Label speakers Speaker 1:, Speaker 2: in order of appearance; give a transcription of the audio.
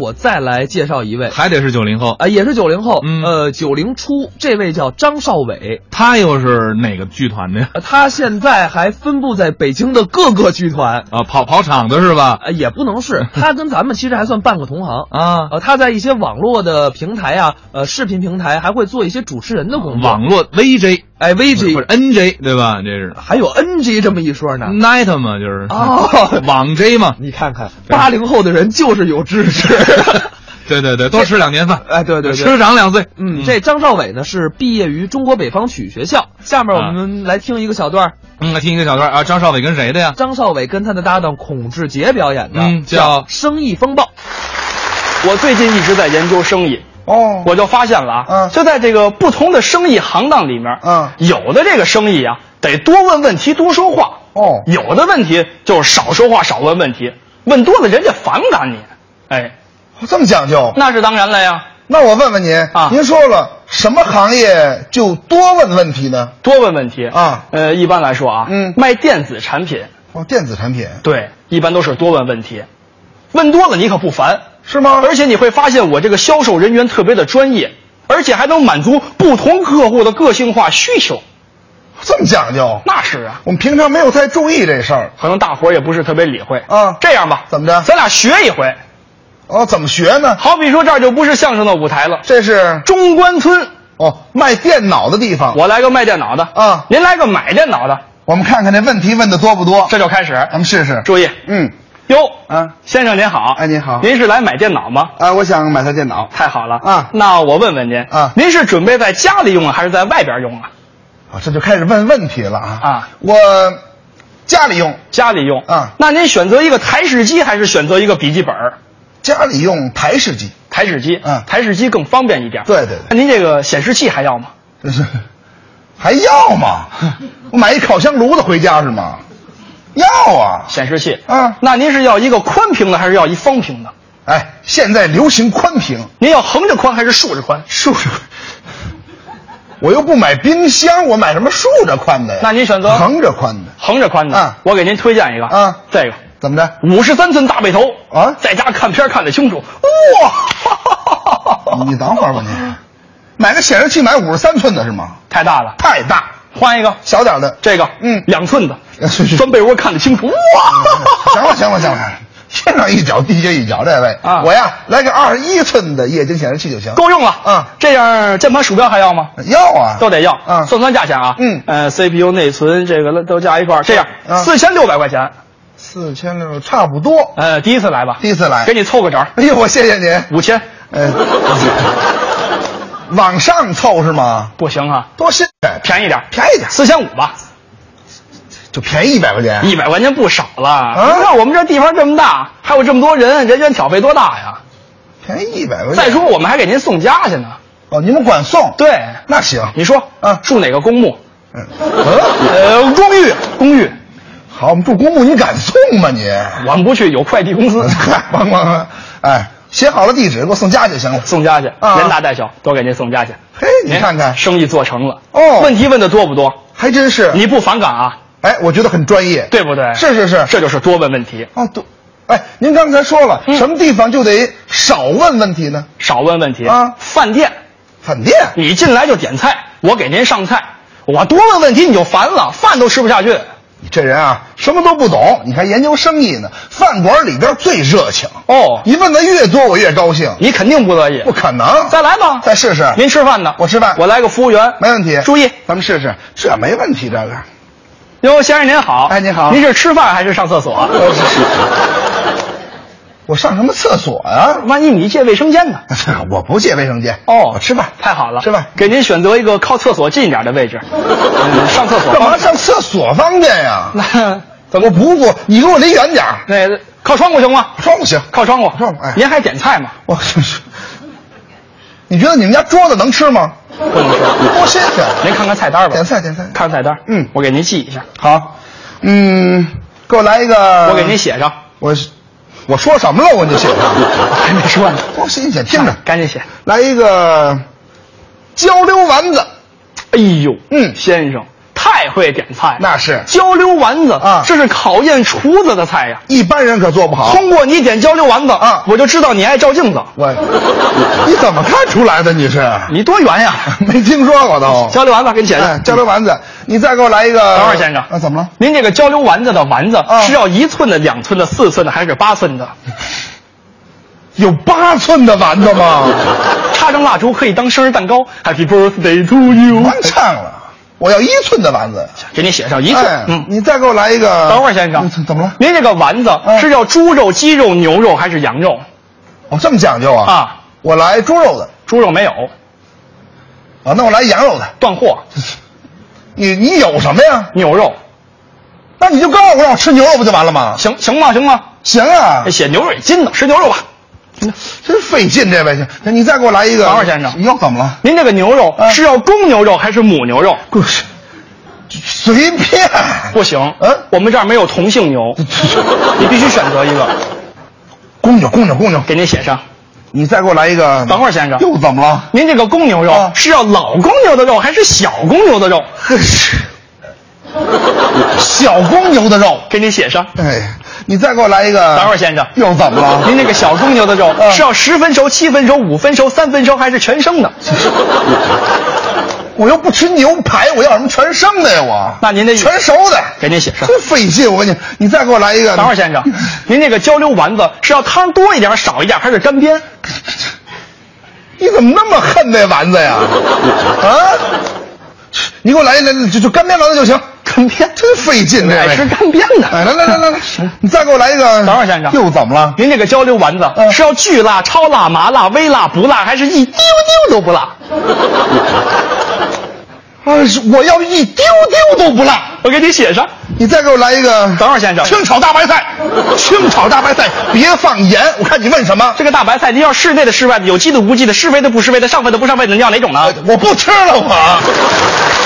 Speaker 1: 我再来介绍一位，
Speaker 2: 还得是九零后。
Speaker 1: 啊，也是九零后，
Speaker 2: 嗯
Speaker 1: 呃，九零初，这位叫张少伟。
Speaker 2: 他又是哪个剧团的呀？
Speaker 1: 呃他现在还分布在北京的各个剧团，
Speaker 2: 啊，跑跑场的是吧？
Speaker 1: 呃，也不能是 他跟咱们其实还算半个同行。
Speaker 2: 啊，
Speaker 1: 呃，他在一些网络的平台啊，呃，视频平台还会做一些主持人的工作。
Speaker 2: 网络 VJ
Speaker 1: 哎
Speaker 2: 不是不是嗯
Speaker 1: ，VG
Speaker 2: NJ 对吧？这是
Speaker 1: 还有 NG 这么一说呢。
Speaker 2: Night 嘛，就 是
Speaker 1: 哦
Speaker 2: 网 J 嘛。
Speaker 1: 你看看，
Speaker 2: 对
Speaker 1: 八零后的人就是有知 识。
Speaker 2: 对对对，多吃两年饭，
Speaker 1: 哎，对对对。
Speaker 2: 吃长两岁。
Speaker 1: 嗯，这张少伟呢是毕业于中国北方曲艺学校。下
Speaker 2: 啊
Speaker 1: 面我们来听一个小段儿，
Speaker 2: 嗯，听一个小段啊，张少伟跟谁的呀？
Speaker 1: 张少伟跟他的搭档孔志杰表演的，
Speaker 2: 嗯
Speaker 1: 叫
Speaker 2: 叫
Speaker 1: 《生意风暴》。
Speaker 3: 我最近一直在研究生意，
Speaker 4: 哦，
Speaker 3: 我就发现了啊，
Speaker 4: 嗯
Speaker 3: 就在这个不同的生意行当里面，
Speaker 4: 嗯
Speaker 3: 有的这个生意啊，得多问问题，多说话；
Speaker 4: 哦
Speaker 3: 有的问题就是少说话，少问问题，问多了人家反感你。哎，
Speaker 4: 这么讲究。
Speaker 3: 那是当然了呀，
Speaker 4: 那我问问您
Speaker 3: 啊
Speaker 4: 您说了什么行业就多问问题呢？
Speaker 3: 多问问题
Speaker 4: 啊
Speaker 3: 呃，一般来说啊，
Speaker 4: 嗯
Speaker 3: 卖电子产品，
Speaker 4: 哦，电子产品
Speaker 3: 对，一般都是多问问题，问多了你可不烦，
Speaker 4: 是吗？
Speaker 3: 而且你会发现我这个销售人员特别的专业，而且还能满足不同客户的个性化需求。
Speaker 4: 这么讲究，
Speaker 3: 那是啊，
Speaker 4: 我们平常没有太注意这事儿。
Speaker 3: 可能大伙儿也不是特别理会
Speaker 4: 啊
Speaker 3: 这样吧，
Speaker 4: 怎么着
Speaker 3: 咱俩学一回，
Speaker 4: 哦，怎么学呢？
Speaker 3: 好比说这儿就不是相声的舞台了，
Speaker 4: 这是
Speaker 3: 中关村，
Speaker 4: 哦，卖电脑的地方。
Speaker 3: 我来个卖电脑的
Speaker 4: 啊
Speaker 3: 您来个买电脑的，
Speaker 4: 我们看看这问题问的多不多，
Speaker 3: 这就开始。
Speaker 4: 咱们试试。
Speaker 3: 注意，
Speaker 4: 嗯，
Speaker 3: 哟，
Speaker 4: 嗯，
Speaker 3: 先生您好，
Speaker 4: 哎您好
Speaker 3: 您是来买电脑吗？
Speaker 4: 啊，我想买台电脑
Speaker 3: 太好了
Speaker 4: 啊
Speaker 3: 那我问问您
Speaker 4: 啊
Speaker 3: 您是准备在家里用啊，还是在外边用啊？
Speaker 4: 啊，这就开始问问题了啊
Speaker 3: 啊！
Speaker 4: 我家里用，
Speaker 3: 家里用
Speaker 4: 啊
Speaker 3: 那您选择一个台式机还是选择一个笔记本儿？
Speaker 4: 家里用台式机，
Speaker 3: 台式机，
Speaker 4: 嗯
Speaker 3: 台式机更方便一点。
Speaker 4: 对对对
Speaker 3: 那您这个显示器还要吗？
Speaker 4: 这是还要吗？我买一烤箱炉子回家是吗？要啊！
Speaker 3: 显示器，
Speaker 4: 嗯
Speaker 3: 那您是要一个宽屏的还是要一方屏的？
Speaker 4: 哎，现在流行宽屏，
Speaker 3: 您要横着宽还是竖着宽？竖着。
Speaker 4: 我又不买冰箱，我买什么竖着宽的呀？
Speaker 3: 那您选择
Speaker 4: 横着宽的，
Speaker 3: 横着宽的。
Speaker 4: 嗯
Speaker 3: 我给您推荐一个。
Speaker 4: 嗯
Speaker 3: 这个
Speaker 4: 怎么着？
Speaker 3: 五十三寸大背头
Speaker 4: 啊
Speaker 3: 在家看片儿看得清楚。哇，
Speaker 4: 你等会儿吧你，买个显示器买五十三寸的是吗？
Speaker 3: 太大了，
Speaker 4: 太大，
Speaker 3: 换一个。
Speaker 4: 小点儿的。
Speaker 3: 这个，
Speaker 4: 嗯
Speaker 3: 两寸的，
Speaker 4: 是是
Speaker 3: 钻被窝看得清楚。哇，
Speaker 4: 行了行了行了，天上一脚地下一脚，这位
Speaker 3: 啊
Speaker 4: 我呀来个二十一寸的液晶显示器就 行。
Speaker 3: 够用了。
Speaker 4: 嗯
Speaker 3: 这样键盘鼠标还要吗？
Speaker 4: 要啊，
Speaker 3: 都得要。
Speaker 4: 嗯
Speaker 3: 算算价钱啊。
Speaker 4: 嗯
Speaker 3: 呃，CPU、内存这个都加一块儿，这样
Speaker 4: 嗯
Speaker 3: 四千六百块钱。
Speaker 4: 四千六差不多。
Speaker 3: 呃，第一次来吧，
Speaker 4: 第一次来
Speaker 3: 给你凑个整儿，
Speaker 4: 哎呦，我谢谢您。
Speaker 3: 五千，
Speaker 4: 呃，往上凑是吗？
Speaker 3: 不行啊，
Speaker 4: 多新鲜，
Speaker 3: 便宜点儿，
Speaker 4: 便宜点，
Speaker 3: 四千五吧，
Speaker 4: 就便宜一百块钱。
Speaker 3: 一百块钱不少了。
Speaker 4: 嗯
Speaker 3: 您看我们这地方这么大，还有这么多人，人员挑费多大呀？
Speaker 4: 便宜一百块钱。
Speaker 3: 再说我们还给您送家去呢。
Speaker 4: 哦，你们管送？，
Speaker 3: 对，
Speaker 4: 那行。
Speaker 3: 你说，
Speaker 4: 嗯
Speaker 3: 住哪个公墓？
Speaker 4: 嗯嗯，
Speaker 3: 呃，公寓，公寓，
Speaker 4: 好，我们住公墓，你敢送吗你？
Speaker 3: 我们不去，有快递公司
Speaker 4: 嗨，帮帮忙！哎，写好了地址，给我送家就行了。
Speaker 3: 送家去，
Speaker 4: 啊
Speaker 3: 连大带小都给您送家去。哎
Speaker 4: 嘿，你看看，
Speaker 3: 生意做成了。
Speaker 4: 哦
Speaker 3: 问题问的多不多？
Speaker 4: 还真是
Speaker 3: 你不反感啊？
Speaker 4: 哎，我觉得很专业。
Speaker 3: 对不对？
Speaker 4: 是是是
Speaker 3: 这就是多问问题，
Speaker 4: 哦，对。哎，您刚才说了，
Speaker 3: 嗯
Speaker 4: 什么地方就得少问问题呢？
Speaker 3: 少问问题
Speaker 4: 啊
Speaker 3: 饭店，
Speaker 4: 饭店
Speaker 3: 你进来就点菜，我给您上菜，我多问问题你就烦了，饭都吃不下去。
Speaker 4: 你这人啊，什么都不懂，你还研究生意呢？饭馆里边最热情
Speaker 3: 哦
Speaker 4: 你问的越多，我越高兴。
Speaker 3: 你肯定不乐意。
Speaker 4: 不可能，
Speaker 3: 再来吧，
Speaker 4: 再试试。
Speaker 3: 您吃饭呢？
Speaker 4: 我吃饭
Speaker 3: 我来个服务员，
Speaker 4: 没问题。
Speaker 3: 注意，
Speaker 4: 咱们试试，这没问题，这个。
Speaker 3: 哟，先生您好。
Speaker 4: 哎您好
Speaker 3: 您是吃饭还是上厕所？
Speaker 4: 我上什么厕所呀、
Speaker 3: 万一你借卫生间呢？
Speaker 4: 我不借卫生间。
Speaker 3: 哦
Speaker 4: 我吃饭。
Speaker 3: 太好了，
Speaker 4: 吃饭。
Speaker 3: 给您选择一个靠厕所近一点的位 置。嗯上厕所
Speaker 4: 干嘛
Speaker 3: 方
Speaker 4: 上厕所方便呀？
Speaker 3: 那
Speaker 4: 怎么不不？你给我离远点儿
Speaker 3: 那靠窗户行 吗？
Speaker 4: 窗户行。
Speaker 3: 靠窗户。
Speaker 4: 窗户哎
Speaker 3: 您还点菜吗？
Speaker 4: 我真是，你觉得你们家桌子能吃吗？
Speaker 3: 不能说。
Speaker 4: 多新鲜！啊
Speaker 3: 您看看菜单吧。
Speaker 4: 点菜点菜
Speaker 3: 看看菜单。
Speaker 4: 嗯
Speaker 3: 我给您记一下，
Speaker 4: 好，嗯，给我来一个。
Speaker 3: 我给您写上。
Speaker 4: 我是我说什么了？我就写上，
Speaker 3: 还没说呢，啊
Speaker 4: 多新鲜！听着，
Speaker 3: 赶紧写。
Speaker 4: 来一个焦溜丸子。
Speaker 3: 哎呦，
Speaker 4: 嗯
Speaker 3: 先生，太太会点菜了，
Speaker 4: 那是
Speaker 3: 焦溜丸子
Speaker 4: 啊
Speaker 3: 这是考验厨子的菜呀。
Speaker 4: 一般人可做不好。
Speaker 3: 通过你点焦溜丸子
Speaker 4: 啊
Speaker 3: 我就知道你爱照镜子。
Speaker 4: 我，你怎么看出来的？你是
Speaker 3: 你多圆 呀！
Speaker 4: 没听说过都？
Speaker 3: 焦溜丸子给你写
Speaker 4: 哎
Speaker 3: 的，
Speaker 4: 交流丸子，你再给我来一个。
Speaker 3: 等会儿，先生，
Speaker 4: 啊，怎么了？？
Speaker 3: 您这个焦溜丸子的丸子
Speaker 4: 啊
Speaker 3: 是要一寸的、两寸的、四寸的，还是八寸的？
Speaker 4: 有八寸的丸子吗？
Speaker 3: 插上蜡烛可以当生日蛋糕，Happy Birthday to you，
Speaker 4: 完唱了，我要一寸的丸子。
Speaker 3: 给你写上一
Speaker 4: 哎
Speaker 3: 寸。嗯，
Speaker 4: 你再给我来一个。
Speaker 3: 等会儿，先生
Speaker 4: 嗯，怎么了？
Speaker 3: 您这个丸子
Speaker 4: 嗯
Speaker 3: 是要猪肉、鸡肉、牛肉还是羊肉
Speaker 4: 哦，这么讲究啊？
Speaker 3: 啊？
Speaker 4: 我来猪肉的，
Speaker 3: 猪肉没有，
Speaker 4: 啊，那我来羊肉的。
Speaker 3: 断货；
Speaker 4: 你你有什么呀？
Speaker 3: 牛肉
Speaker 4: 那你就告诉我让我吃牛肉不就完了吗？
Speaker 3: 行行吗？行吗？
Speaker 4: 行啊
Speaker 3: 这，写牛肉也筋呢，吃牛肉吧。
Speaker 4: 真费劲这位先生，你再给我来一个。
Speaker 3: 等会儿先生
Speaker 4: 又怎么了？
Speaker 3: 您这个牛肉
Speaker 4: 嗯
Speaker 3: 是要公牛肉还是母牛肉？
Speaker 4: 不是，随便。
Speaker 3: 不行，
Speaker 4: 嗯
Speaker 3: 我们这儿没有同性 牛，你必须选择一个，
Speaker 4: 公牛，公牛，公牛，
Speaker 3: 给您写上。
Speaker 4: 你再给我来一个。
Speaker 3: 等会儿先生
Speaker 4: 又怎么了？
Speaker 3: 您这个公牛肉
Speaker 4: 啊
Speaker 3: 是要老公牛的肉还是小公牛的肉？
Speaker 4: 小公牛的肉。
Speaker 3: 给您写上。
Speaker 4: 哎，你再给我来一个。
Speaker 3: 等会儿先生
Speaker 4: 又怎么了？
Speaker 3: 您这个小公牛的肉
Speaker 4: 嗯
Speaker 3: 是要十分熟、七分熟、五分熟、三分熟还是全生的？
Speaker 4: 我又不吃牛排，我要什么全生的呀？我
Speaker 3: 那您的
Speaker 4: 全熟的，
Speaker 3: 给您写上。
Speaker 4: 真费劲。我跟你，你再给我来一个。
Speaker 3: 等会儿先 生，您这个焦溜丸子是要汤多一点、少一点还是干煸？
Speaker 4: 你怎么那么恨那丸子呀？啊，你给我来一个，就就干煸丸子就行。
Speaker 3: 干煸
Speaker 4: 真费劲，这
Speaker 3: 爱
Speaker 4: 位
Speaker 3: 吃干煸
Speaker 4: 哎，
Speaker 3: 的。
Speaker 4: 来来来 来来，你再给我来一个。
Speaker 3: 等会儿先生
Speaker 4: 又怎么了？
Speaker 3: 您这个焦溜丸子
Speaker 4: 嗯
Speaker 3: 是要巨辣、超辣、麻辣、微辣、不辣，还是一丢丢都不辣？
Speaker 4: 哎，是我要一丢丢都不落。
Speaker 3: 我给你写上。
Speaker 4: 你再给我来一个。
Speaker 3: 等会儿，先生，
Speaker 4: 清炒大白菜，清炒大白菜，别放盐。我看你问什么？
Speaker 3: 这个大白菜，您要室内
Speaker 4: 啊
Speaker 3: 的、室外的，有机的、无机的，施肥的、不施肥的，上分的、不上分的，您要哪种呢？
Speaker 4: 我不吃了，我。